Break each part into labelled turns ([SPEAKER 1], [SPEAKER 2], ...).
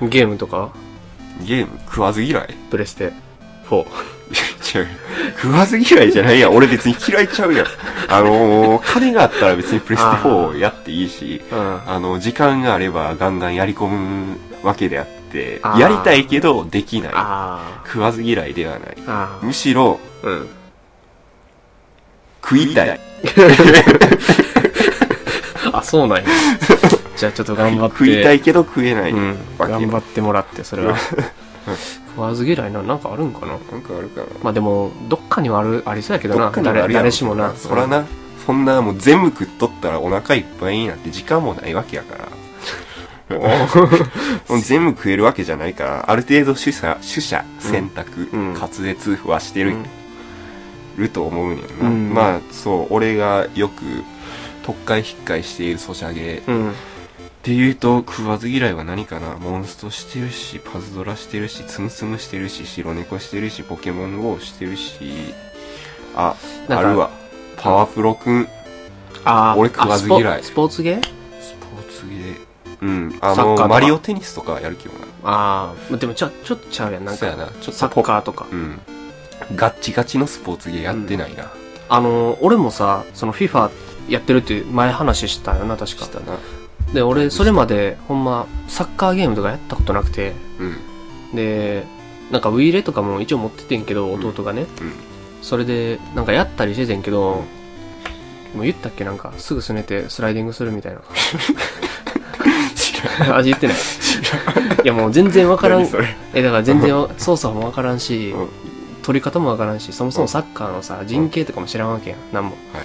[SPEAKER 1] ゲームとか
[SPEAKER 2] ゲーム食わず嫌い
[SPEAKER 1] プレステ4
[SPEAKER 2] 違う。食わず嫌いじゃないやん。俺別に嫌いちゃうやん。あのー、金があったら別にプレステ4やっていいし、
[SPEAKER 1] うん
[SPEAKER 2] あの、時間があればガンガンやり込むわけであって
[SPEAKER 1] あ、ー
[SPEAKER 2] やりたいけどできない。
[SPEAKER 1] あ
[SPEAKER 2] 食わず嫌いではない
[SPEAKER 1] ー。あ
[SPEAKER 2] むしろ、
[SPEAKER 1] ーうん
[SPEAKER 2] 食いたい。
[SPEAKER 1] あそうなんや じゃあちょっと頑張って
[SPEAKER 2] 食いたいけど食えない。
[SPEAKER 1] うん、
[SPEAKER 2] わけよ
[SPEAKER 1] 頑張ってもらってそれは食わず嫌いななんかあるんかな
[SPEAKER 2] なんかあるかな。
[SPEAKER 1] まあでもどっかにはあるありそうやけど
[SPEAKER 2] ど
[SPEAKER 1] な
[SPEAKER 2] っかにあるや
[SPEAKER 1] 誰
[SPEAKER 2] ろ
[SPEAKER 1] 誰しもな
[SPEAKER 2] そらな、そんなもう全部食っとったらお腹いっぱいになって時間もないわけやから。 全部食えるわけじゃないから、ある程度取捨、取捨、選択、
[SPEAKER 1] うん
[SPEAKER 2] 滑舌はしてる,、ると思うねんな。
[SPEAKER 1] うん
[SPEAKER 2] まあ、そう、俺がよく、特会引っかいしているソシャゲ。
[SPEAKER 1] うん、うん
[SPEAKER 2] っていうと、食わず嫌いは何かなモンストしてるし、パズドラしてるし、つむつむしてるし、白猫してるし、ポケモン GO してるし、あ、
[SPEAKER 1] なん
[SPEAKER 2] あ
[SPEAKER 1] か
[SPEAKER 2] るわ。パワプロくん、
[SPEAKER 1] あー
[SPEAKER 2] 俺食わず嫌い
[SPEAKER 1] あスポスポーツゲー
[SPEAKER 2] スポーツゲー。うん。あ
[SPEAKER 1] サッカー
[SPEAKER 2] の
[SPEAKER 1] と、か
[SPEAKER 2] マリオテニスとかやる気もない。
[SPEAKER 1] ああでもちょちょっとちゃうやんなん
[SPEAKER 2] そうや
[SPEAKER 1] か
[SPEAKER 2] な。ちょっと
[SPEAKER 1] サッカーとか
[SPEAKER 2] うん。ガッチガチのスポーツゲーやってないな。
[SPEAKER 1] あのー俺もさその FIFA やってるっていう前話したよな確か
[SPEAKER 2] したな。
[SPEAKER 1] で俺それまでほんまサッカーゲームとかやったことなくて
[SPEAKER 2] うん。
[SPEAKER 1] でなんかウイイレとかも一応持っててんけど
[SPEAKER 2] うん
[SPEAKER 1] 弟がね、
[SPEAKER 2] うん。
[SPEAKER 1] それでなんかやったりしててんけど、もう言ったっけなんかすぐすねてスライディングするみたいな
[SPEAKER 2] 知らん。
[SPEAKER 1] 味言ってない
[SPEAKER 2] 知らん。
[SPEAKER 1] いやもう全然わからん
[SPEAKER 2] 何それ。
[SPEAKER 1] えだから全然わ操作もわからんし、
[SPEAKER 2] うん。
[SPEAKER 1] 取り方もわからんしそもそもサッカーのさ陣形とかも知らんわけやん何も、
[SPEAKER 2] は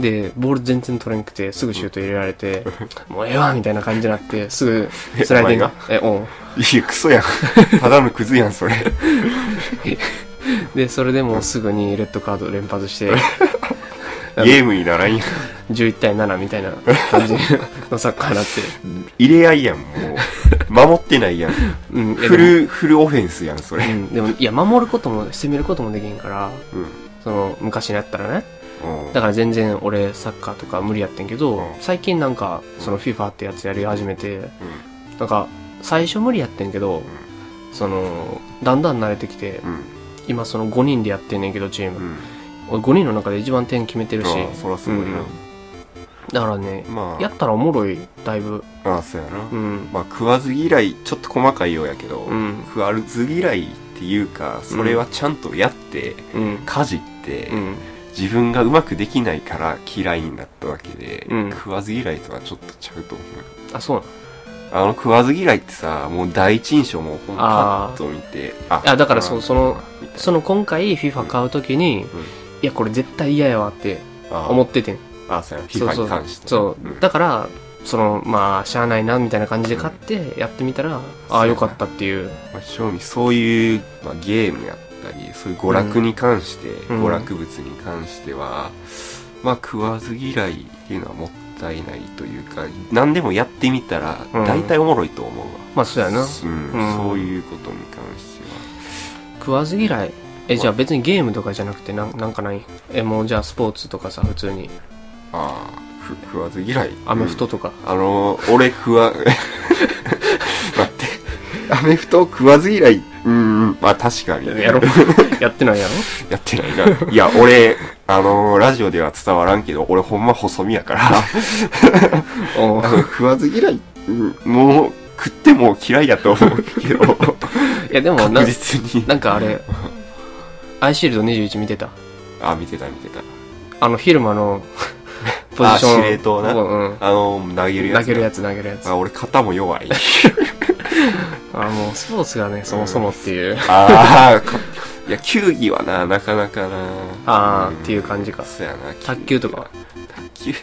[SPEAKER 1] でボール全然取れんくてすぐシュート入れられて、もうええわみたいな感じになってす ぐスライディングえおう
[SPEAKER 2] いや、ク ソやん。ただのクズやん、それ。
[SPEAKER 1] でそれでもうすぐにレッドカード連発 して
[SPEAKER 2] ゲームにならんやん。
[SPEAKER 1] 11対7みたいな感じのサッカーになっ て
[SPEAKER 2] 入れ合いやん、もう。守ってないやん。
[SPEAKER 1] うんいやでも
[SPEAKER 2] フル、フルオフェンスやん、それ。
[SPEAKER 1] うん、でもいや守ることも攻めることもできんから
[SPEAKER 2] うん。
[SPEAKER 1] その昔のやったらね
[SPEAKER 2] うん
[SPEAKER 1] だから全然俺サッカーとか無理やってんけど、
[SPEAKER 2] うん
[SPEAKER 1] 最近なんかその FIFA ってやつやり始めて、なんか最初無理やってんけど、そのだんだん慣れてきて
[SPEAKER 2] うん。うん。
[SPEAKER 1] 今その5人でやってんねんけどチーム、
[SPEAKER 2] うん。
[SPEAKER 1] 俺5人の中で一番点決めてるし
[SPEAKER 2] ああそらすごいな。
[SPEAKER 1] だからね
[SPEAKER 2] まあ。
[SPEAKER 1] やったらおもろいだいぶ
[SPEAKER 2] ああ、そうやな
[SPEAKER 1] う。ん
[SPEAKER 2] まあ、食わず嫌い、ちょっと細かいようやけど、
[SPEAKER 1] うん
[SPEAKER 2] 食わず嫌いっていうか、それはちゃんとやって、
[SPEAKER 1] うん
[SPEAKER 2] かじって、
[SPEAKER 1] うん
[SPEAKER 2] 自分がうまくできないから嫌いになったわけで、
[SPEAKER 1] うん
[SPEAKER 2] 食わず嫌いとはちょっとちゃうと思う。
[SPEAKER 1] あそうな
[SPEAKER 2] あの、食わず嫌いってさ、もう第一印象もほんとパ
[SPEAKER 1] あー
[SPEAKER 2] ッと見て、あ
[SPEAKER 1] いやだからそう
[SPEAKER 2] あー
[SPEAKER 1] その
[SPEAKER 2] みたいな
[SPEAKER 1] その今回 FIFA 買う時に、
[SPEAKER 2] ん
[SPEAKER 1] いやこれ絶対嫌やわって
[SPEAKER 2] あー
[SPEAKER 1] 思っててん
[SPEAKER 2] あ、そうやな、
[SPEAKER 1] そう
[SPEAKER 2] FIFA
[SPEAKER 1] そ
[SPEAKER 2] に
[SPEAKER 1] う
[SPEAKER 2] 関して。
[SPEAKER 1] そう、
[SPEAKER 2] ん
[SPEAKER 1] だからそのまあしゃあないなみたいな感じで買ってやってみたら、ああよかったっていう
[SPEAKER 2] まあ、正味そういう、まあ、ゲームやったりそういう娯楽に関して、
[SPEAKER 1] ん
[SPEAKER 2] 娯楽物に関しては、まあ食わず嫌いっていうのはもったいないというか何でもやってみたら
[SPEAKER 1] うん
[SPEAKER 2] 大体おもろいと思うわ、
[SPEAKER 1] まあそうやな
[SPEAKER 2] うん
[SPEAKER 1] うん
[SPEAKER 2] そういうことに関して
[SPEAKER 1] 食わず嫌いえじゃあ別にゲームとかじゃなくてなんなんかないえもうじゃあスポーツとかさ普通に
[SPEAKER 2] はああふ食わず嫌い
[SPEAKER 1] アメフト
[SPEAKER 2] うん
[SPEAKER 1] とか、
[SPEAKER 2] あの俺食わ 待ってアメフト食わず嫌いうんうんまあ確かに
[SPEAKER 1] やろ やってないやろ
[SPEAKER 2] やってないな。いや、俺、あのーラジオでは伝わらんけど、俺ほんま細身やから、
[SPEAKER 1] お
[SPEAKER 2] あ
[SPEAKER 1] う
[SPEAKER 2] の食わず嫌い、うんもう、食っても嫌いやと思う けど、
[SPEAKER 1] いやでもな
[SPEAKER 2] 確実に。
[SPEAKER 1] なんかあれアイシールド21見てた
[SPEAKER 2] あ、見てた見てた。
[SPEAKER 1] あの昼間 のポジション
[SPEAKER 2] あ司令塔な
[SPEAKER 1] うん
[SPEAKER 2] あのー投げるやつ。
[SPEAKER 1] 投げるやつ投げるやつ
[SPEAKER 2] あ、俺肩も弱 い。
[SPEAKER 1] あもうスポーツがねそもそもっていう、
[SPEAKER 2] ああ、かいや、球技はな、なかなかな。
[SPEAKER 1] あー
[SPEAKER 2] ん
[SPEAKER 1] っていう感じか
[SPEAKER 2] そうやな。球技は
[SPEAKER 1] 卓球とかは
[SPEAKER 2] 卓球、卓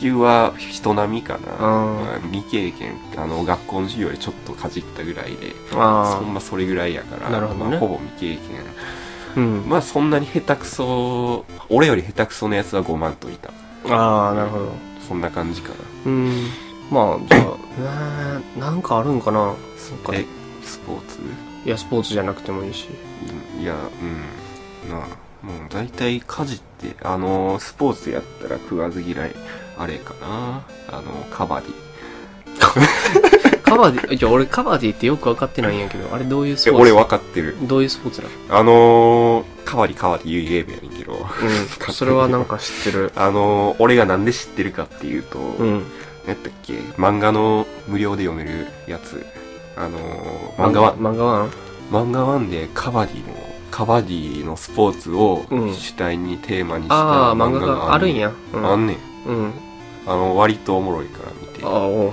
[SPEAKER 2] 球は人並みかな。
[SPEAKER 1] うん
[SPEAKER 2] まあ未経験、あの、学校の授業でちょっとかじったぐらいで、
[SPEAKER 1] あー
[SPEAKER 2] そんなそれぐらいやから、
[SPEAKER 1] なるほどね
[SPEAKER 2] まあ、ほぼ未経験。
[SPEAKER 1] うん
[SPEAKER 2] まあそんなに下手くそ、俺より下手くそのやつは5万といた。
[SPEAKER 1] ああなるほど
[SPEAKER 2] そんな感じかな。
[SPEAKER 1] うんまあじゃあななんかあるんかなそっか
[SPEAKER 2] え
[SPEAKER 1] い、
[SPEAKER 2] スポーツ
[SPEAKER 1] やスポーツじゃなくてもいいし
[SPEAKER 2] うんいや、うん。なあ、もう大体家事って、あのースポーツやったら食わず嫌い、あれかな。あのーカバディ。
[SPEAKER 1] カバディ、じゃ俺カバディってよく分かってないんやけど、あれどういうス
[SPEAKER 2] え
[SPEAKER 1] ポーツ
[SPEAKER 2] 俺分かってる
[SPEAKER 1] どういうスポーツなの
[SPEAKER 2] あのー、かわりかわり言うゲームやねんけど
[SPEAKER 1] うん。それはなんか知ってる。
[SPEAKER 2] あのー、俺がなんで知ってるかっていうと、
[SPEAKER 1] うん。
[SPEAKER 2] 何やったっけ漫画の無料で読めるやつあのー、漫画ワン
[SPEAKER 1] 漫画ワン
[SPEAKER 2] 漫画ワンでカバディのカバディのスポーツを
[SPEAKER 1] うん
[SPEAKER 2] 主体にテーマにした
[SPEAKER 1] ああ、漫
[SPEAKER 2] 漫
[SPEAKER 1] 画
[SPEAKER 2] 画
[SPEAKER 1] が
[SPEAKER 2] が
[SPEAKER 1] あ
[SPEAKER 2] あ
[SPEAKER 1] る
[SPEAKER 2] る
[SPEAKER 1] んや。うん。
[SPEAKER 2] あんねん
[SPEAKER 1] うん。
[SPEAKER 2] あの割とおもろいから見て
[SPEAKER 1] ああ、おう。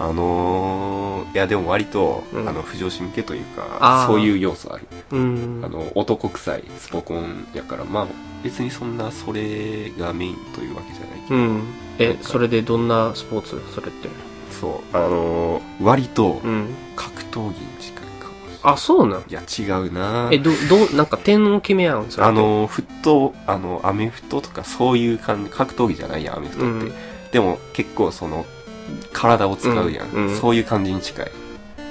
[SPEAKER 2] あのー、いやでも割と、
[SPEAKER 1] うん
[SPEAKER 2] あの不条子向けというか
[SPEAKER 1] あー
[SPEAKER 2] そういう要素ある
[SPEAKER 1] うん
[SPEAKER 2] あ。の男臭いスポコンやからまあ別にそんなそれがメインというわけじゃないけ
[SPEAKER 1] う
[SPEAKER 2] ど、
[SPEAKER 1] ん。え、それでどんなスポーツそれって。
[SPEAKER 2] そうあのー、割と
[SPEAKER 1] うん。
[SPEAKER 2] 格闘技に近いかもしれない
[SPEAKER 1] あ、そうなん
[SPEAKER 2] いや違うな
[SPEAKER 1] え、ど、ど、なんか点を決めやん、それっ
[SPEAKER 2] あ
[SPEAKER 1] て。
[SPEAKER 2] のー、フットあのアメフトとかそういう感じ格闘技じゃないやんアメフ
[SPEAKER 1] う
[SPEAKER 2] トって、
[SPEAKER 1] ん。
[SPEAKER 2] でも結構その体を使うやん、
[SPEAKER 1] うんうん
[SPEAKER 2] そういう感じに近い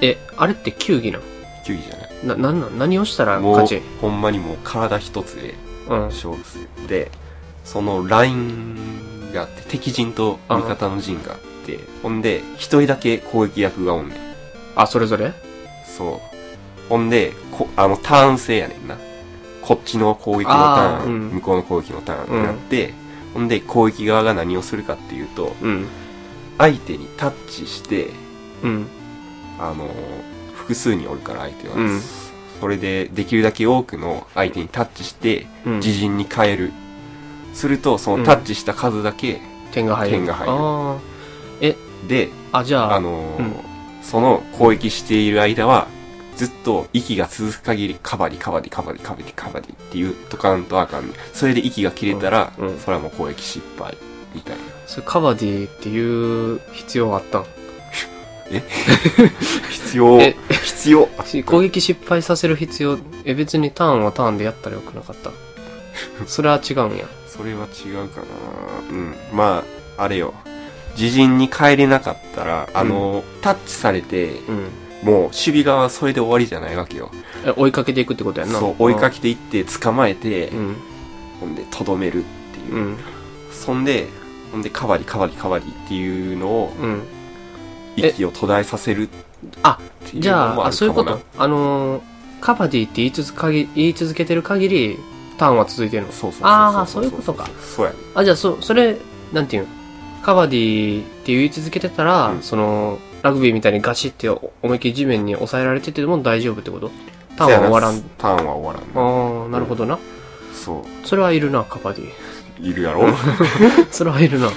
[SPEAKER 1] え、あれって球技なん
[SPEAKER 2] 球技じゃない
[SPEAKER 1] な、なんなん何をしたら
[SPEAKER 2] もう
[SPEAKER 1] 勝ち
[SPEAKER 2] ほんまにもう体一つで
[SPEAKER 1] うん。
[SPEAKER 2] 勝負するでそのラインがあって敵陣と味方の陣があってほんで一人だけ攻撃役がおんねん
[SPEAKER 1] あ、それぞれ
[SPEAKER 2] そうほんでこあのターン制やねんなこっちの攻撃のタ
[SPEAKER 1] あ
[SPEAKER 2] ー
[SPEAKER 1] ー
[SPEAKER 2] ン
[SPEAKER 1] うん
[SPEAKER 2] 向こうの攻撃のターンになって、ほんで攻撃側が何をするかっていうと
[SPEAKER 1] うん。
[SPEAKER 2] 相手にタッチして
[SPEAKER 1] うん。
[SPEAKER 2] あの複数におるから相手は、
[SPEAKER 1] うん
[SPEAKER 2] それでできるだけ多くの相手にタッチして
[SPEAKER 1] うん。
[SPEAKER 2] 自陣に変える、するとそのタッチした数だけ、
[SPEAKER 1] 点が入る。
[SPEAKER 2] 点が入る
[SPEAKER 1] あ
[SPEAKER 2] で
[SPEAKER 1] あ。あ、じゃ
[SPEAKER 2] あ
[SPEAKER 1] あ、
[SPEAKER 2] のー
[SPEAKER 1] うん
[SPEAKER 2] その攻撃している間はずっと息が続く限りカバディカバディカバディカバディカバディって言うとかんとあかん、ね、それで息が切れたら、
[SPEAKER 1] うんうん
[SPEAKER 2] それはもう攻撃失敗みたいな
[SPEAKER 1] それカバディっていう必要あったん
[SPEAKER 2] 必要
[SPEAKER 1] え
[SPEAKER 2] 必要
[SPEAKER 1] し攻撃失敗させる必要え別にターンはターンでやったらよくなかった それは違うんや
[SPEAKER 2] それは違うかなうんまああれよ自陣に帰れなかったらあのー、タッチされて
[SPEAKER 1] うん
[SPEAKER 2] もう守備側はそれで終わりじゃないわけよ
[SPEAKER 1] え追いかけていくってことやんな
[SPEAKER 2] そう追いか
[SPEAKER 1] け
[SPEAKER 2] けていって捕まえて、
[SPEAKER 1] うん
[SPEAKER 2] ほんでとどめるっていう、
[SPEAKER 1] うん
[SPEAKER 2] そんでほんでカバリカバリカバリっていうのを
[SPEAKER 1] うんえ
[SPEAKER 2] 息を途絶えさせる
[SPEAKER 1] あ
[SPEAKER 2] ってい
[SPEAKER 1] じ
[SPEAKER 2] うの
[SPEAKER 1] ゃ
[SPEAKER 2] も
[SPEAKER 1] あ
[SPEAKER 2] あ
[SPEAKER 1] あ
[SPEAKER 2] る
[SPEAKER 1] そうい
[SPEAKER 2] か
[SPEAKER 1] うこ
[SPEAKER 2] もな
[SPEAKER 1] とあのーカバディって言い続かぎ言い続けてる限りターンは続いてるの
[SPEAKER 2] そうそう
[SPEAKER 1] あーそういうことか
[SPEAKER 2] そうやね
[SPEAKER 1] あじゃあそそれなんていうのカバディって言い続けてたら、
[SPEAKER 2] うん
[SPEAKER 1] そのラグビーみたいにガシって思いっきり地面に抑えられてても大丈夫ってことターンは終わら
[SPEAKER 2] そ
[SPEAKER 1] ん
[SPEAKER 2] うやなターンは終わらんな
[SPEAKER 1] ああなるほどな、
[SPEAKER 2] そ
[SPEAKER 1] それはいるなカバディ
[SPEAKER 2] ういるやろ、う、
[SPEAKER 1] それはいるなん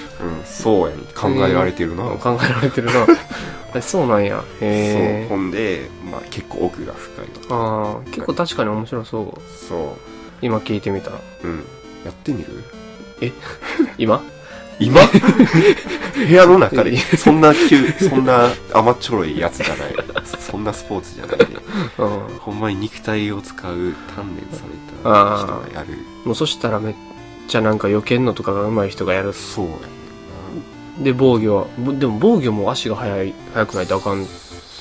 [SPEAKER 2] そうやね考えられてるな、
[SPEAKER 1] 考えられてるな えそうなんやへ
[SPEAKER 2] そう
[SPEAKER 1] え
[SPEAKER 2] ほんで、まあ、結構奥が深いと
[SPEAKER 1] ああ結構確かに面白そう
[SPEAKER 2] そ
[SPEAKER 1] 今聞いてみたら
[SPEAKER 2] ううんやってみる
[SPEAKER 1] 今
[SPEAKER 2] 今部屋 の中でそんな急そんな甘っちょろいやつじゃないそんなスポーツじゃないで
[SPEAKER 1] うん
[SPEAKER 2] ほんまに肉体を使う鍛錬された人
[SPEAKER 1] あー
[SPEAKER 2] がやる
[SPEAKER 1] もうそしたらめっちゃなんか避けんのとかが上手い人がやる
[SPEAKER 2] そうやね
[SPEAKER 1] で防御はぼでも防御も足が速い速くないとあか
[SPEAKER 2] んなん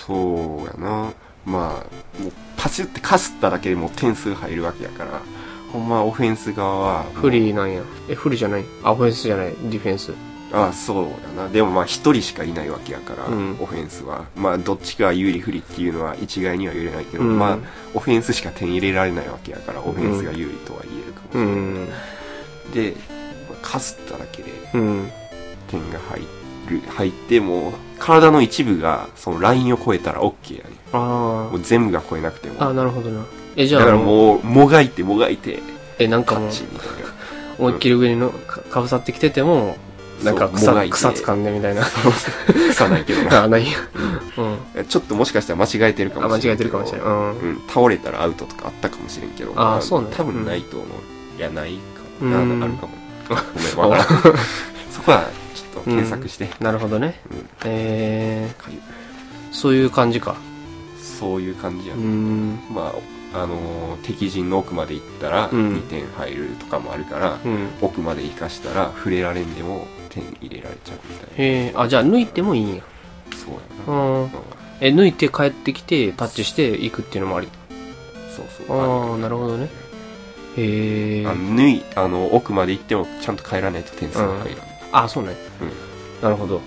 [SPEAKER 2] そうやなまあもうパシュってかすっただけでもう点数入るわけやからほんまオフェンス側は
[SPEAKER 1] 不
[SPEAKER 2] ー
[SPEAKER 1] 利なんやえ不利じゃないあオフェンスじゃないディフェンス
[SPEAKER 2] ああそうやなでもまあ一人しかいないわけやから、
[SPEAKER 1] うん
[SPEAKER 2] オフェンスはまあどっちか有利不利っていうのは一概には言えないけど、
[SPEAKER 1] うん
[SPEAKER 2] まあオフェンスしか点入れられないわけやからオフェンスが有利とは言えるかもし
[SPEAKER 1] う
[SPEAKER 2] れない、
[SPEAKER 1] ん
[SPEAKER 2] で、まあかすっただけで
[SPEAKER 1] うん
[SPEAKER 2] 点が入る入っても体の一部がそのラインを超えたら OK やね
[SPEAKER 1] あ
[SPEAKER 2] もう全部が超えなくても
[SPEAKER 1] ああなるほどなえじ
[SPEAKER 2] だ
[SPEAKER 1] ゃ
[SPEAKER 2] か
[SPEAKER 1] あ
[SPEAKER 2] ら
[SPEAKER 1] もう
[SPEAKER 2] もうもがいてもがいて
[SPEAKER 1] えなんか
[SPEAKER 2] 勝
[SPEAKER 1] もう
[SPEAKER 2] ちみたいな
[SPEAKER 1] 思いっきり上にのかかぶさってきててもなんか
[SPEAKER 2] そうも
[SPEAKER 1] 草
[SPEAKER 2] がいて
[SPEAKER 1] 草掴んでみたいな
[SPEAKER 2] 草ないけど な
[SPEAKER 1] あないやうん
[SPEAKER 2] ちょっともしかしたら間違えてるか
[SPEAKER 1] あ間
[SPEAKER 2] もしれ
[SPEAKER 1] 違
[SPEAKER 2] ん
[SPEAKER 1] えてるかもしれない、、
[SPEAKER 2] いううんん、倒れたらアウトとかあったかもしれんけど
[SPEAKER 1] あそうなんや
[SPEAKER 2] 多分ないと思う、いやないかな、
[SPEAKER 1] うん
[SPEAKER 2] あるかもごめんわからん そこはちょっと検索して、
[SPEAKER 1] なるほどね、
[SPEAKER 2] うん
[SPEAKER 1] え
[SPEAKER 2] かゆい
[SPEAKER 1] ー、そういう感じか
[SPEAKER 2] そういう感じや
[SPEAKER 1] う
[SPEAKER 2] ね、
[SPEAKER 1] ん
[SPEAKER 2] まああのー敵陣の奥まで行ったら
[SPEAKER 1] うん
[SPEAKER 2] 2点入るとかもあるから、
[SPEAKER 1] うん
[SPEAKER 2] 奥まで行かしたら触れられんでも点入れられちゃうみたい
[SPEAKER 1] えー、あじゃあ抜いてもいいんや
[SPEAKER 2] なそうや
[SPEAKER 1] う
[SPEAKER 2] な、うん
[SPEAKER 1] んえ抜いて帰ってきてタッチしていくっていうのもあり
[SPEAKER 2] そうそう
[SPEAKER 1] ああなるほどねへえ
[SPEAKER 2] あの縫いあの奥まで行ってもちゃんと帰らないと点数が入る、
[SPEAKER 1] あそうね、
[SPEAKER 2] うん
[SPEAKER 1] なるほど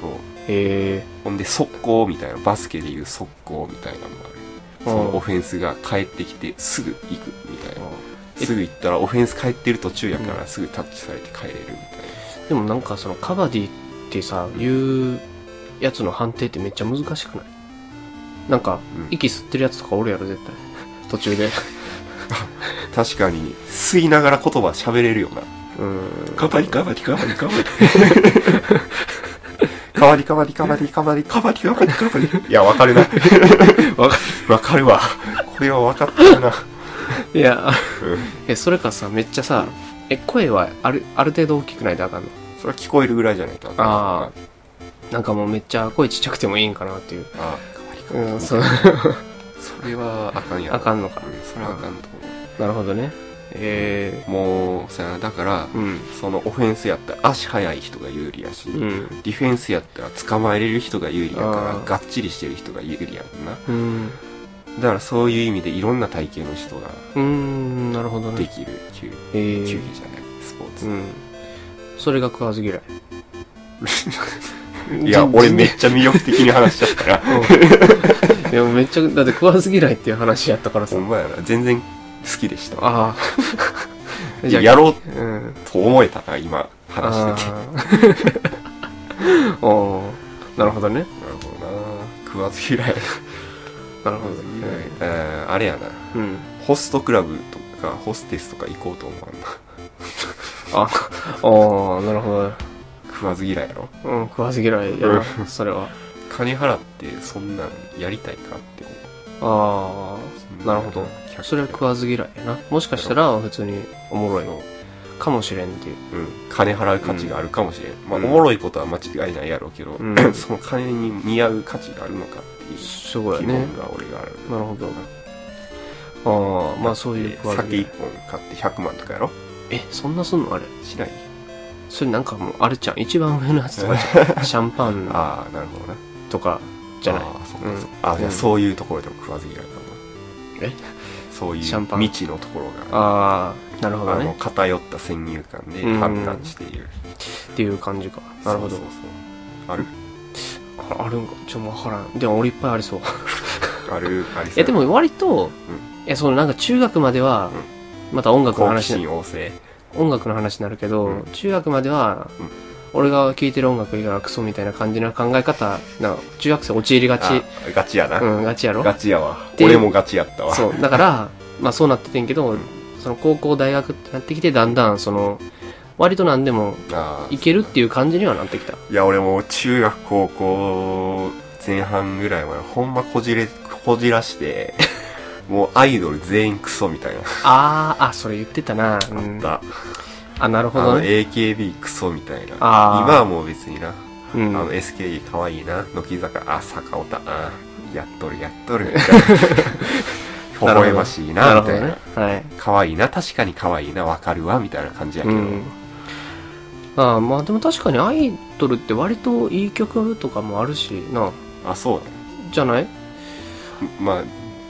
[SPEAKER 2] そう
[SPEAKER 1] え
[SPEAKER 2] ほんで速攻みたいなバスケでいう速攻みたいなのがある
[SPEAKER 1] ー、
[SPEAKER 2] そのオ
[SPEAKER 1] フ
[SPEAKER 2] フェンスが帰ってきてすぐ行くみたいな
[SPEAKER 1] え
[SPEAKER 2] すぐ行ったらオフェンス帰ってる途中やか
[SPEAKER 1] う
[SPEAKER 2] らすぐタッチされて帰れるみたい
[SPEAKER 1] でもなんかそのカバディってさ、
[SPEAKER 2] うん
[SPEAKER 1] いうやつの判定ってめっちゃ難しくないなんか、
[SPEAKER 2] うん
[SPEAKER 1] 息吸ってるやつとかおるやろ絶対 途中で
[SPEAKER 2] な確かに吸いながら言葉喋れるよな
[SPEAKER 1] うん
[SPEAKER 2] カバリカバリカバリカバリ カバリカバリカバリカバリカバリカバリカバリいや わかるなわかわかるわこれは分かってるな、
[SPEAKER 1] いや
[SPEAKER 2] うん
[SPEAKER 1] えそれかさめっちゃさえ声はあるある程度大きくないとあかんの
[SPEAKER 2] それは聞こえるぐらいじゃないとあかん
[SPEAKER 1] あなんかもうめっちゃ声ちっちゃくてもいいんかなっていう
[SPEAKER 2] あカバリカバリ
[SPEAKER 1] うんそう
[SPEAKER 2] それはあかんやろ
[SPEAKER 1] あかんのか
[SPEAKER 2] うんそれはあかんと思
[SPEAKER 1] なるほどねえ
[SPEAKER 2] うもうさだから
[SPEAKER 1] ー、うん
[SPEAKER 2] そのオフェンスやったら足速い人が有利やし、
[SPEAKER 1] う
[SPEAKER 2] デ
[SPEAKER 1] ん
[SPEAKER 2] ィフェンスやったら捕まえれる人が有利や
[SPEAKER 1] あ
[SPEAKER 2] か
[SPEAKER 1] ー
[SPEAKER 2] らがっちりしてる人が有利やもんな
[SPEAKER 1] うん
[SPEAKER 2] だからそういう意味でいろんな体型の人が
[SPEAKER 1] うんなるほど
[SPEAKER 2] で
[SPEAKER 1] ね
[SPEAKER 2] きる球
[SPEAKER 1] え
[SPEAKER 2] 球技じ
[SPEAKER 1] ー、
[SPEAKER 2] ゃないスポーツ、
[SPEAKER 1] うんそれが食わず嫌い
[SPEAKER 2] いや
[SPEAKER 1] 全
[SPEAKER 2] 俺めっちゃ魅力的に話しちゃったな
[SPEAKER 1] うんでもめっちゃだって食わず嫌いっていう話やったからさ
[SPEAKER 2] ほんまやな全然好きでしたわ
[SPEAKER 1] あ あ
[SPEAKER 2] やろう
[SPEAKER 1] うん
[SPEAKER 2] と思えたな今話してて
[SPEAKER 1] あー おーなるほどね
[SPEAKER 2] なるほどな食わず嫌い
[SPEAKER 1] なるほど、
[SPEAKER 2] うんあれやな
[SPEAKER 1] うん
[SPEAKER 2] ホストクラブとかホステスとか行こうと思わんな
[SPEAKER 1] ああーなるほど
[SPEAKER 2] 食わず嫌いやろ
[SPEAKER 1] うん食わず嫌いやな
[SPEAKER 2] う
[SPEAKER 1] それは
[SPEAKER 2] 金払ってそんなんやりたいかって思
[SPEAKER 1] あ
[SPEAKER 2] う
[SPEAKER 1] あなるほどそれは食わず嫌いやなもしかしたら普通におもろい
[SPEAKER 2] の
[SPEAKER 1] かもしれんっていう
[SPEAKER 2] うん金払う価値があるかもしれん、まあ、お
[SPEAKER 1] うん
[SPEAKER 2] もろいことは間違いないやろうけど、
[SPEAKER 1] うん
[SPEAKER 2] その金に見合う価値があるのかっていう
[SPEAKER 1] すごい
[SPEAKER 2] 疑
[SPEAKER 1] ね
[SPEAKER 2] 問が俺がある、
[SPEAKER 1] なるほどああまあそういう
[SPEAKER 2] で
[SPEAKER 1] 食わず
[SPEAKER 2] 酒
[SPEAKER 1] 嫌い
[SPEAKER 2] 1本買って100万とかやろ
[SPEAKER 1] えそんなすんのあれ
[SPEAKER 2] しない
[SPEAKER 1] それなんかもうあれちゃん一番上のやつと かじゃんシャンパン
[SPEAKER 2] ああなるほどな
[SPEAKER 1] とかじゃない
[SPEAKER 2] あーそっかそっか
[SPEAKER 1] うん
[SPEAKER 2] あーじゃ
[SPEAKER 1] うん
[SPEAKER 2] あそういうところでも食わず嫌いかも
[SPEAKER 1] え
[SPEAKER 2] そういう
[SPEAKER 1] シャンパン
[SPEAKER 2] 未知のところが
[SPEAKER 1] ああなるほど
[SPEAKER 2] あの
[SPEAKER 1] ね
[SPEAKER 2] 偏った先入観で判断している、
[SPEAKER 1] っていう感じかなるほど
[SPEAKER 2] そうそうそうある
[SPEAKER 1] ああるんかちょっとわからんでも俺いっぱいありそう
[SPEAKER 2] あるあ りそう
[SPEAKER 1] いやでも割と、いやそのなんか中学までは、また音楽の
[SPEAKER 2] 好奇
[SPEAKER 1] 話に
[SPEAKER 2] 心旺盛
[SPEAKER 1] 音楽の話になるけど、
[SPEAKER 2] うん
[SPEAKER 1] 中学までは、
[SPEAKER 2] うん
[SPEAKER 1] 俺が聴いてる音楽以外はクソみたいな感じの考え方な中学生陥りがち
[SPEAKER 2] あガチやな、
[SPEAKER 1] うんガチやろ
[SPEAKER 2] ガチやわ
[SPEAKER 1] で
[SPEAKER 2] 俺もガチやったわ
[SPEAKER 1] そうだからまあそうなっててんけど、
[SPEAKER 2] うん
[SPEAKER 1] その高校大学ってなってきてだんだんその割と何でも
[SPEAKER 2] あー
[SPEAKER 1] いけるっていう感じにはなってきた
[SPEAKER 2] いや俺もう中学高校前半ぐらいまでほんまこじれこじらして もうアイドル全員クソみたいな
[SPEAKER 1] あーあそれ言ってたな、う
[SPEAKER 2] あっ
[SPEAKER 1] ん、
[SPEAKER 2] た、
[SPEAKER 1] あなるほ
[SPEAKER 2] あの
[SPEAKER 1] どね
[SPEAKER 2] AKB クソみたいな今
[SPEAKER 1] あー
[SPEAKER 2] はもう別にな、
[SPEAKER 1] う
[SPEAKER 2] あ
[SPEAKER 1] ん
[SPEAKER 2] の SKE かわいいな乃木坂あ坂尾田あやっとるやっ とる微
[SPEAKER 1] ほど
[SPEAKER 2] 笑ましい
[SPEAKER 1] な
[SPEAKER 2] な
[SPEAKER 1] る
[SPEAKER 2] み
[SPEAKER 1] ほ
[SPEAKER 2] た
[SPEAKER 1] ど
[SPEAKER 2] いな
[SPEAKER 1] ねはい
[SPEAKER 2] 可愛いな確かに可愛いなわかるわみたいな感じやけ
[SPEAKER 1] う
[SPEAKER 2] ど、
[SPEAKER 1] んああまあでも確かにアイドルって割といい曲とかもあるしな
[SPEAKER 2] あそう
[SPEAKER 1] じゃない
[SPEAKER 2] だまあ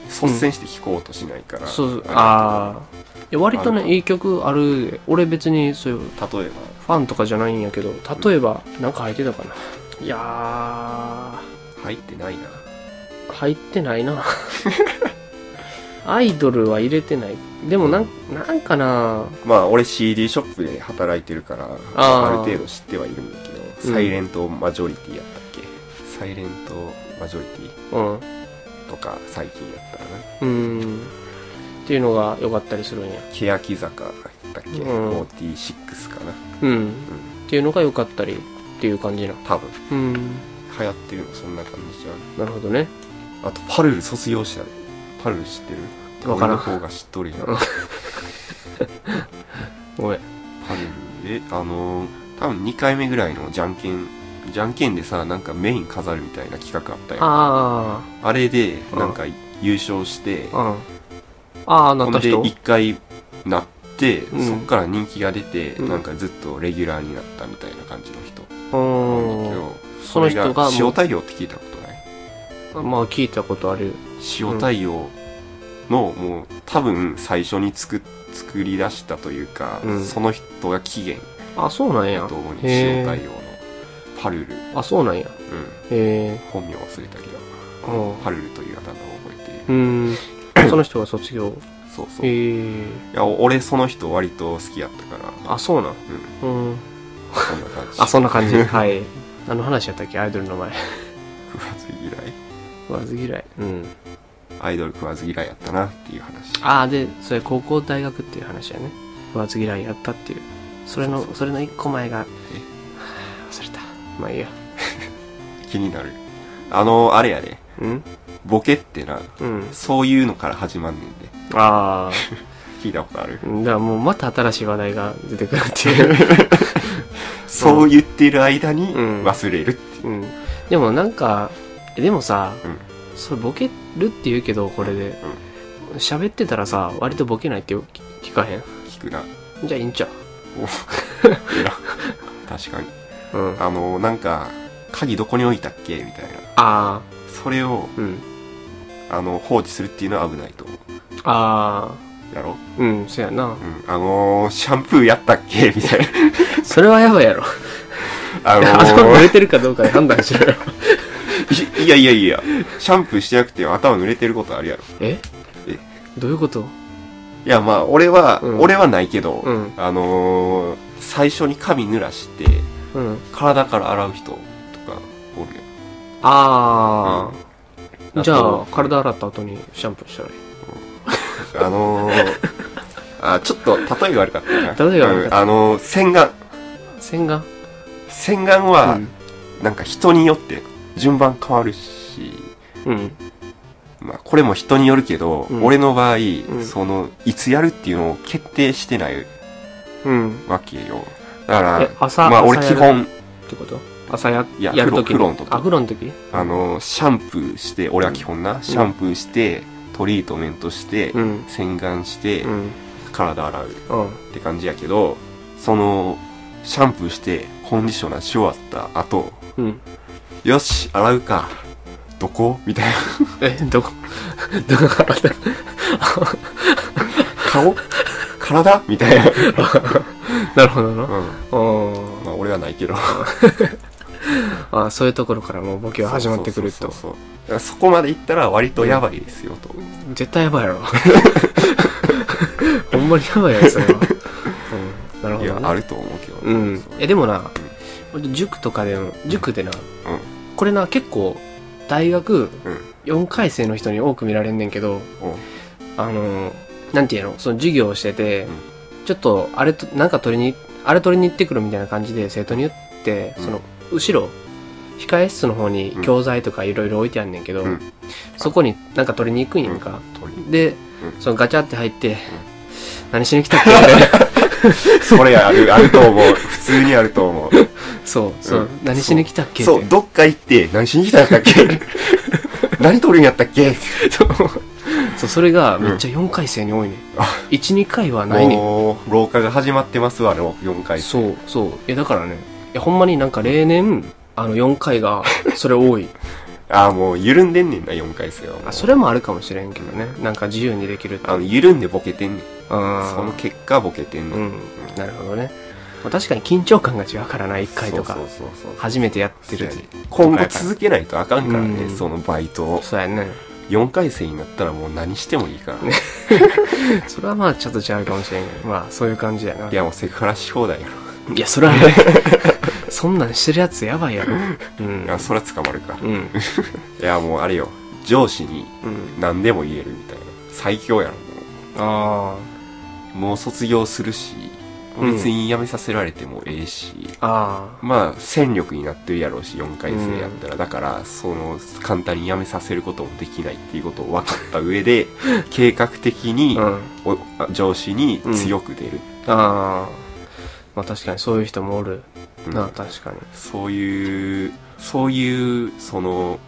[SPEAKER 2] 率先して聞こうとしないから、
[SPEAKER 1] そう
[SPEAKER 2] あ
[SPEAKER 1] ああいや割と
[SPEAKER 2] あ
[SPEAKER 1] ね
[SPEAKER 2] る
[SPEAKER 1] いい曲ある俺別にそういう
[SPEAKER 2] れだけど例えば
[SPEAKER 1] ファンとかじゃないんやけど例えばなんか入ってたかないや
[SPEAKER 2] 入ってないな
[SPEAKER 1] ー入ってないな アイドルは入れてないでもなんなんかな
[SPEAKER 2] まあ俺 CD ショップで働いてるから
[SPEAKER 1] あー
[SPEAKER 2] ある程度知ってはいるんだけど、
[SPEAKER 1] うん
[SPEAKER 2] サイレントマジョリティやったっけサイレントマジョリティ
[SPEAKER 1] うんう
[SPEAKER 2] とか最近やったらな
[SPEAKER 1] ーんっていうのが良かったりするんや
[SPEAKER 2] 欅坂やったっけ、
[SPEAKER 1] うん
[SPEAKER 2] 46か
[SPEAKER 1] う
[SPEAKER 2] な
[SPEAKER 1] ん
[SPEAKER 2] ん
[SPEAKER 1] っていうのが良かったりっていう感じな
[SPEAKER 2] 多分
[SPEAKER 1] うん
[SPEAKER 2] 流行ってるのそんな感じじゃ
[SPEAKER 1] な
[SPEAKER 2] ん
[SPEAKER 1] るほどね
[SPEAKER 2] あとパルル卒業したねパルル知ってる
[SPEAKER 1] わからん
[SPEAKER 2] 俺の方が知っとるやん
[SPEAKER 1] うんごめん
[SPEAKER 2] パネルであのー多分2回目ぐらいのじゃんけんじゃんけんでさなんかメイン飾るみたいな企画あったよあ
[SPEAKER 1] あ
[SPEAKER 2] れで
[SPEAKER 1] うん
[SPEAKER 2] なんか優勝して
[SPEAKER 1] あうんああな
[SPEAKER 2] ほ
[SPEAKER 1] っ
[SPEAKER 2] ん
[SPEAKER 1] た
[SPEAKER 2] で
[SPEAKER 1] 人
[SPEAKER 2] 1回なって、
[SPEAKER 1] うん
[SPEAKER 2] そっから人気が出て、
[SPEAKER 1] うん
[SPEAKER 2] なんかずっとレギュラーになったみたいな感じの人
[SPEAKER 1] う
[SPEAKER 2] なんだ
[SPEAKER 1] ん
[SPEAKER 2] けど
[SPEAKER 1] その人が
[SPEAKER 2] それ塩対応って聞いたことない
[SPEAKER 1] まあ聞いたことある
[SPEAKER 2] 塩対応の、もう多分最初に作っ作り出したというか、
[SPEAKER 1] うん
[SPEAKER 2] その人が起源
[SPEAKER 1] あそうなんや
[SPEAKER 2] と思うに
[SPEAKER 1] へー
[SPEAKER 2] 塩対応のハルルうん
[SPEAKER 1] あ、そうなんや。え
[SPEAKER 2] 本名忘れたけど
[SPEAKER 1] ー、も
[SPEAKER 2] ハルルというあだ名を覚えている
[SPEAKER 1] う、うーん。 その人が卒業。
[SPEAKER 2] そうそう、
[SPEAKER 1] え
[SPEAKER 2] い
[SPEAKER 1] ー、
[SPEAKER 2] や俺その人割と好きやったから
[SPEAKER 1] あ、そうなん。
[SPEAKER 2] うん
[SPEAKER 1] うん。
[SPEAKER 2] そんな感じ
[SPEAKER 1] あ、そんな 感じ。はい。何の話やったっけアイドルの前。
[SPEAKER 2] 食わず嫌い
[SPEAKER 1] 食わず嫌い。うん。
[SPEAKER 2] アイドル食わず嫌いやったなっていう話
[SPEAKER 1] ああ、で、それ高校大学っていう話やね。食わず嫌いやったっていう。それの、
[SPEAKER 2] そう
[SPEAKER 1] そ
[SPEAKER 2] そう
[SPEAKER 1] れの一個前が、はあ忘れた。まあいいや。
[SPEAKER 2] 気になるあのあれやで
[SPEAKER 1] うん
[SPEAKER 2] ボケってな
[SPEAKER 1] うん。
[SPEAKER 2] そういうのから始まんねんで
[SPEAKER 1] ああ。
[SPEAKER 2] 聞いたことある
[SPEAKER 1] だからもうまた新しい話題が出てくるっていう。
[SPEAKER 2] そう言ってる間に
[SPEAKER 1] うん
[SPEAKER 2] 忘れるってい
[SPEAKER 1] う
[SPEAKER 2] う
[SPEAKER 1] ん。でもなんか、えでもさ、
[SPEAKER 2] うん
[SPEAKER 1] それボケるって言うけど、これで。喋、ってたらさ、割とボケないってよ聞聞かへん。
[SPEAKER 2] 聞くな
[SPEAKER 1] じゃあいいんちゃ
[SPEAKER 2] えら確かに
[SPEAKER 1] ううん。あ
[SPEAKER 2] あのなんか鍵どこに置いたっけみたいな
[SPEAKER 1] あ
[SPEAKER 2] それを
[SPEAKER 1] ー、うん。
[SPEAKER 2] あの放置するっていうのは危ないと思う
[SPEAKER 1] あ
[SPEAKER 2] やろ、
[SPEAKER 1] あ、うん、そやな
[SPEAKER 2] う。ん、あのー、シャンプーやったっけみ たいな
[SPEAKER 1] それはやばいやろ。
[SPEAKER 2] あの
[SPEAKER 1] 頭
[SPEAKER 2] ー
[SPEAKER 1] 濡れてるかどうかで判断しろよ。
[SPEAKER 2] いいやいやいやシャンプーしてなくて頭濡れてることあるやろ
[SPEAKER 1] え
[SPEAKER 2] え
[SPEAKER 1] どういうこと
[SPEAKER 2] いやまあ俺は、
[SPEAKER 1] うん
[SPEAKER 2] 俺はないけど、
[SPEAKER 1] うん
[SPEAKER 2] あのー、最初に髪濡らして
[SPEAKER 1] うん。
[SPEAKER 2] 体から洗う人とかおるやん
[SPEAKER 1] ああ、
[SPEAKER 2] うん
[SPEAKER 1] じゃ
[SPEAKER 2] あ
[SPEAKER 1] あ
[SPEAKER 2] と、
[SPEAKER 1] 体洗った後にシャンプーしたらいい。
[SPEAKER 2] あのー、あちょっと例えが悪かったな
[SPEAKER 1] 例えが悪かった
[SPEAKER 2] うんあのー、洗顔
[SPEAKER 1] 洗顔
[SPEAKER 2] 洗顔は、
[SPEAKER 1] うん
[SPEAKER 2] なんか人によって順番変わるし、
[SPEAKER 1] うん。
[SPEAKER 2] まあ、これも人によるけど、
[SPEAKER 1] うん
[SPEAKER 2] 俺の場合、
[SPEAKER 1] ん
[SPEAKER 2] そのいつやるっていうのを決定してない
[SPEAKER 1] うん。
[SPEAKER 2] わけよだから
[SPEAKER 1] え朝
[SPEAKER 2] まあ、俺
[SPEAKER 1] 朝や
[SPEAKER 2] 基
[SPEAKER 1] る
[SPEAKER 2] 本
[SPEAKER 1] ってこと朝や
[SPEAKER 2] いや
[SPEAKER 1] やるとき
[SPEAKER 2] 風呂の時
[SPEAKER 1] あ、風呂の時
[SPEAKER 2] あのシャンプーして俺は基本な、シャンプーしてトリートメントして、
[SPEAKER 1] うん。
[SPEAKER 2] 洗顔して、
[SPEAKER 1] うん。
[SPEAKER 2] 体洗うっ
[SPEAKER 1] うん。
[SPEAKER 2] て感じやけどそのシャンプーしてコンディショナーし終わった後
[SPEAKER 1] うん。
[SPEAKER 2] よし洗うかどこみたいな
[SPEAKER 1] え、どこ どこから だ
[SPEAKER 2] 顔体みたいな、
[SPEAKER 1] なるほど
[SPEAKER 2] うん
[SPEAKER 1] な。うん。
[SPEAKER 2] まあ、俺はないけど
[SPEAKER 1] あそういうところからもうボケは始まってくる
[SPEAKER 2] そう
[SPEAKER 1] と。
[SPEAKER 2] そうそうそうだからそこまで行ったら割とやばいですよと、
[SPEAKER 1] 絶対やばいや ろ。ほんまにやばいやろ、それは。うん。なるほ
[SPEAKER 2] い
[SPEAKER 1] ど、
[SPEAKER 2] や
[SPEAKER 1] ね。
[SPEAKER 2] あると思うけど、
[SPEAKER 1] うん
[SPEAKER 2] そ。
[SPEAKER 1] え、でもな、俺塾とかでも、塾でな、これな、結構、大学
[SPEAKER 2] うんうん
[SPEAKER 1] 4回生の人に多く見られんねんけど、
[SPEAKER 2] お
[SPEAKER 1] あの、なんていうの、その授業をしてて、
[SPEAKER 2] うん
[SPEAKER 1] ちょっと、あれと、なんか取りに、あれ取りに行ってくるみたいな感じで生徒に言って、
[SPEAKER 2] うん
[SPEAKER 1] その、後ろ、控え室の方に
[SPEAKER 2] うん
[SPEAKER 1] 教材とかいろいろ置いてあんねんけど、
[SPEAKER 2] うん
[SPEAKER 1] そこになんか取りに行くんやんか。
[SPEAKER 2] 鳥
[SPEAKER 1] で、
[SPEAKER 2] う
[SPEAKER 1] そのガチャって入って、何しに来たっけみ たいな。
[SPEAKER 2] それあるあると思う普通にあると思う
[SPEAKER 1] そう、そう、
[SPEAKER 2] うん
[SPEAKER 1] 何しに来たっけって
[SPEAKER 2] そう、どっか行って、何しに来たんや ったっけ何撮るんやったっけ
[SPEAKER 1] そうそれがめっちゃ4回生に多いね、ん。12回はないねん
[SPEAKER 2] もう、廊下が始まってますわ、あの、4回。
[SPEAKER 1] そうそういやだからねいやほんまになんか例年あの4回がそれ多い
[SPEAKER 2] ああ、もう、緩んでんねんな、4回生は。
[SPEAKER 1] あそれもあるかもしれんけどねなんか自由にできるって
[SPEAKER 2] あの、緩んでボケてんねん。
[SPEAKER 1] あ
[SPEAKER 2] その結果、ボケて
[SPEAKER 1] う
[SPEAKER 2] んねん。
[SPEAKER 1] んなるほどね、まあ、確かに緊張感が違うからな1回とか
[SPEAKER 2] そうそうそうそう。
[SPEAKER 1] 初めてやってる
[SPEAKER 2] そうやね
[SPEAKER 1] 時
[SPEAKER 2] 今後続けないとあかんから
[SPEAKER 1] う
[SPEAKER 2] ね、
[SPEAKER 1] ん
[SPEAKER 2] そのバイトを。
[SPEAKER 1] そうや ね
[SPEAKER 2] 4回生になったらもう何してもいいから。
[SPEAKER 1] それはまあちょっと違うかもしれんけどまあそういう感じやない
[SPEAKER 2] いや、もうセクハラし放題やろ。
[SPEAKER 1] いやそれはね そんなんしてるやつやばいやろうん
[SPEAKER 2] いや、そら捕まるか。
[SPEAKER 1] うん
[SPEAKER 2] いや、もうあれよ。上司に
[SPEAKER 1] うん
[SPEAKER 2] 何でも言えるみたいな。最強やろ、もう。
[SPEAKER 1] あ
[SPEAKER 2] もう卒業するし、
[SPEAKER 1] うん
[SPEAKER 2] 別に辞めさせられてもええし、
[SPEAKER 1] ああ
[SPEAKER 2] まあ戦力になってるやろうし、4回生やったら、だから、その、簡単に辞めさせることもできないっていうことを分かった 上で、計画的に、
[SPEAKER 1] あうん
[SPEAKER 2] おあ上司に強く出る。
[SPEAKER 1] ああまあ確かにそういう人もおる
[SPEAKER 2] うん
[SPEAKER 1] な、確かに
[SPEAKER 2] そういう、そういう、その、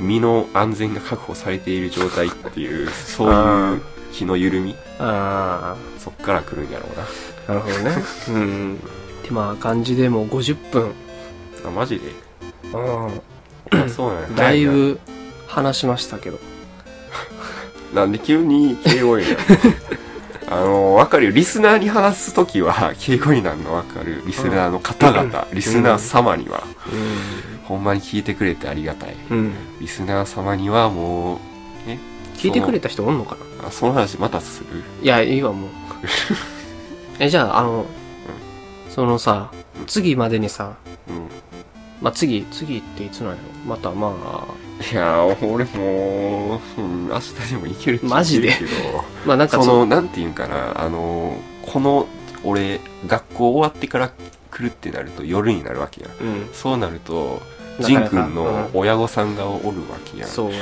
[SPEAKER 2] 身の安全が確保されている状態っ ていう、そう
[SPEAKER 1] あ
[SPEAKER 2] い
[SPEAKER 1] ー
[SPEAKER 2] う気の緩み、
[SPEAKER 1] あ
[SPEAKER 2] そっから来るんやろうな。
[SPEAKER 1] あなるほどね うんでまあ感じでもう50分
[SPEAKER 2] あ、マジで
[SPEAKER 1] う
[SPEAKER 2] あそうなんや
[SPEAKER 1] んだいぶ話しましたけど
[SPEAKER 2] なんで急に敬語やなあの、わかるよ。リスナーに話すときは、敬語になるのわかる。リスナーの方々、リスナー様には、ほんまに聞いてくれてありがたい。
[SPEAKER 1] うん、うん、
[SPEAKER 2] リスナー様にはもう、ね、
[SPEAKER 1] 聞いてくれた人おんのかな
[SPEAKER 2] あその話またする
[SPEAKER 1] いやいい わもうえじゃああの、そのさ次までにさ
[SPEAKER 2] うん。
[SPEAKER 1] まあ次次っていつなんやろまたまあ
[SPEAKER 2] いやー、俺もう、うん、明日でもいけるっちゃ
[SPEAKER 1] マジで
[SPEAKER 2] いけるけど。
[SPEAKER 1] まあなんか
[SPEAKER 2] その、なんていうんかな、あの、この、俺、学校終わってから来るってなると夜になるわけやん。
[SPEAKER 1] うん
[SPEAKER 2] そうなると、
[SPEAKER 1] な
[SPEAKER 2] ジ
[SPEAKER 1] か
[SPEAKER 2] ン
[SPEAKER 1] なか
[SPEAKER 2] くんの親御さんがおるわけやん。
[SPEAKER 1] そうや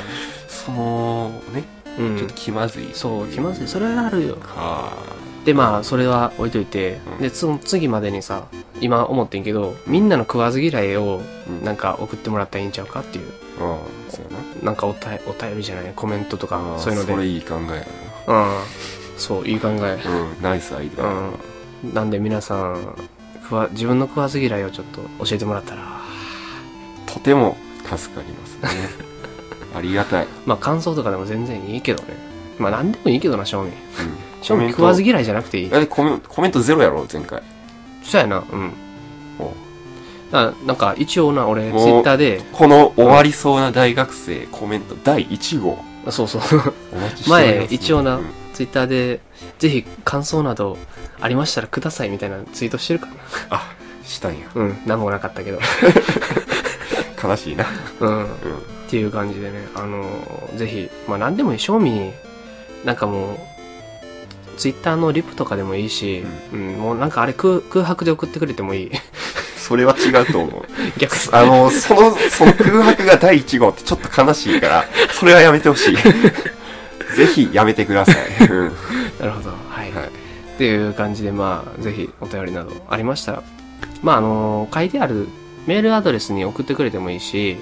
[SPEAKER 2] その、ね、
[SPEAKER 1] う
[SPEAKER 2] ちょ
[SPEAKER 1] ん
[SPEAKER 2] っと気まずい、
[SPEAKER 1] そう気まずいそれはあるよ
[SPEAKER 2] か。
[SPEAKER 1] でまあそれは置いといて、
[SPEAKER 2] うん
[SPEAKER 1] でその次までにさ今思ってんけどみんなの食わず嫌いを
[SPEAKER 2] うん
[SPEAKER 1] なんか送ってもらったらいいんちゃうかっていう
[SPEAKER 2] うん、そうやな。
[SPEAKER 1] なんかおたお便りじゃないコメントとか
[SPEAKER 2] あー
[SPEAKER 1] そういうので
[SPEAKER 2] それいい考え
[SPEAKER 1] うんそういい考え
[SPEAKER 2] やな。 うん、ナイスアイデアやな。
[SPEAKER 1] うんなんで皆さん食わ自分の食わず嫌いをちょっと教えてもらったら
[SPEAKER 2] とても助かります ね。ありがたい。うん
[SPEAKER 1] まあ感想とかでも全然いいけどねまあ何でもいいけどな正味正味食わず嫌いじゃなくていい
[SPEAKER 2] えコメンコメントゼロやろ、前回。
[SPEAKER 1] そうやなうん
[SPEAKER 2] お
[SPEAKER 1] だなんか一応な俺ツイ
[SPEAKER 2] もう
[SPEAKER 1] ッターで
[SPEAKER 2] この終わりそうな大学生コメント第1号
[SPEAKER 1] あそうそう
[SPEAKER 2] お待ちしております
[SPEAKER 1] 前一応な、
[SPEAKER 2] うん
[SPEAKER 1] ツイッターでぜひ感想などありましたらくださいみたいなツイートしてるからな
[SPEAKER 2] あしたんや
[SPEAKER 1] うん何もなかったけど
[SPEAKER 2] 悲し いな
[SPEAKER 1] うん
[SPEAKER 2] うん
[SPEAKER 1] っていう感じでねあのーぜひまあ何でもいい賞味なんかもうツイッターのリプとかでもいいし、うんもうなんかあれ空空白で送ってくれてもい い
[SPEAKER 2] それは違うと思う
[SPEAKER 1] 逆
[SPEAKER 2] あのそのその空白が第1号ってちょっと悲しいからそれはやめて ほしいぜひやめてください、うんは
[SPEAKER 1] なるほどはい、
[SPEAKER 2] い、
[SPEAKER 1] っていう感じでまあぜひお便りなどありましたらまああのー書いてあるメールアドレスに送ってくれてもいいし、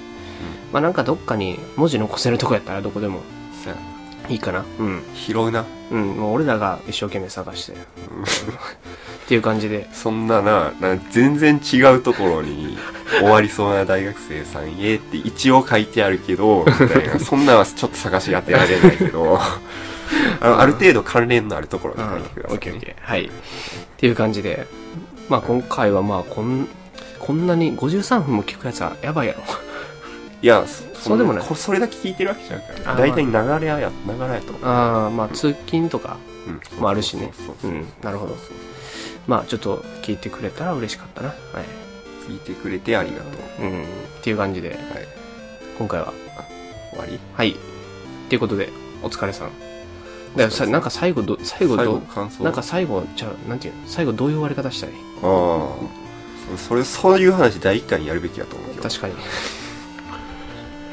[SPEAKER 1] まあなんかどっかに文字残せるとこやったらどこでも
[SPEAKER 2] さ
[SPEAKER 1] いいかなうん
[SPEAKER 2] あ拾うな
[SPEAKER 1] うんもう俺らが一生懸命探 して、っていう感じで
[SPEAKER 2] そんななな全然違うところに終わりそうな大学生さんへって一応書いてあるけどみたい なそんなんはちょっと探し当てられないけどあのある程度関連のあるところに書いてくださ
[SPEAKER 1] オッケ
[SPEAKER 2] い、
[SPEAKER 1] ーオッ
[SPEAKER 2] ね
[SPEAKER 1] ケーはいっていう感じでまあ今回はまあこんこんなに53分も聞くやつはやばい やろ
[SPEAKER 2] いやそ
[SPEAKER 1] そうでもない
[SPEAKER 2] こそれだけ聞いてるわけじゃんから
[SPEAKER 1] あ
[SPEAKER 2] 大体流れやや流れやと思う、
[SPEAKER 1] ああまあ通勤とか
[SPEAKER 2] うん
[SPEAKER 1] もあるしね
[SPEAKER 2] そうそ
[SPEAKER 1] う
[SPEAKER 2] うそうそうん
[SPEAKER 1] なるほどまあちょっと聞いてくれたら嬉しかったなはい、
[SPEAKER 2] 聞いてくれてありがとう
[SPEAKER 1] うん、っていう感じで
[SPEAKER 2] はい
[SPEAKER 1] 今回は
[SPEAKER 2] 終わり
[SPEAKER 1] はいっていうことでお疲れさんだから
[SPEAKER 2] お疲れさ
[SPEAKER 1] さ
[SPEAKER 2] ん
[SPEAKER 1] なんか最後ど最後ど
[SPEAKER 2] 感想
[SPEAKER 1] なんか最後じゃあなんていうの最後どういう終わり方したい
[SPEAKER 2] ああそれそういう話第一回にやるべきだと思うよ
[SPEAKER 1] 確か に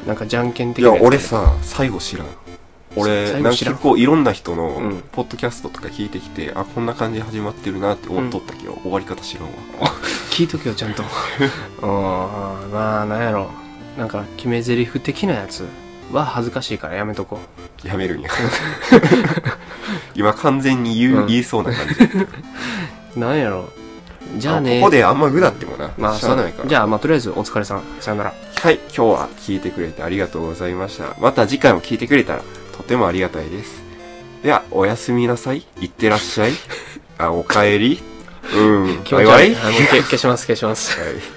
[SPEAKER 1] なんかじゃんけん
[SPEAKER 2] い
[SPEAKER 1] 的な
[SPEAKER 2] や
[SPEAKER 1] やつ
[SPEAKER 2] 俺さ最後知らん俺
[SPEAKER 1] 最後
[SPEAKER 2] なんか
[SPEAKER 1] 知ら
[SPEAKER 2] 結
[SPEAKER 1] ん
[SPEAKER 2] 構いろんな人の
[SPEAKER 1] うん
[SPEAKER 2] ポッドキャストとか聞いてきて、あこんな感じで始まってるなって思っとったけど、終わり方知らんわ
[SPEAKER 1] 聞いとけよち ゃんとうんまあなんやろなんか決め台詞的なやつは恥ずかしいからやめとこ
[SPEAKER 2] や めるんや今完全に言う、
[SPEAKER 1] うん
[SPEAKER 2] 言いそうな感じだった
[SPEAKER 1] うなんやろじゃあね
[SPEAKER 2] ここであんまグだってもな、
[SPEAKER 1] まあ
[SPEAKER 2] 知らないから
[SPEAKER 1] じゃあまあとりあえずお疲れさんさよなら
[SPEAKER 2] はい、今日は聞いてくれてありがとうございました。また次回も聞いてくれたらとてもありがたいです。では、おやすみなさい。いってらっしゃい。あ、おかえり。うん。
[SPEAKER 1] 気
[SPEAKER 2] バ
[SPEAKER 1] 持ち悪
[SPEAKER 2] イバ
[SPEAKER 1] い
[SPEAKER 2] イ。
[SPEAKER 1] あのけ消します消します
[SPEAKER 2] はい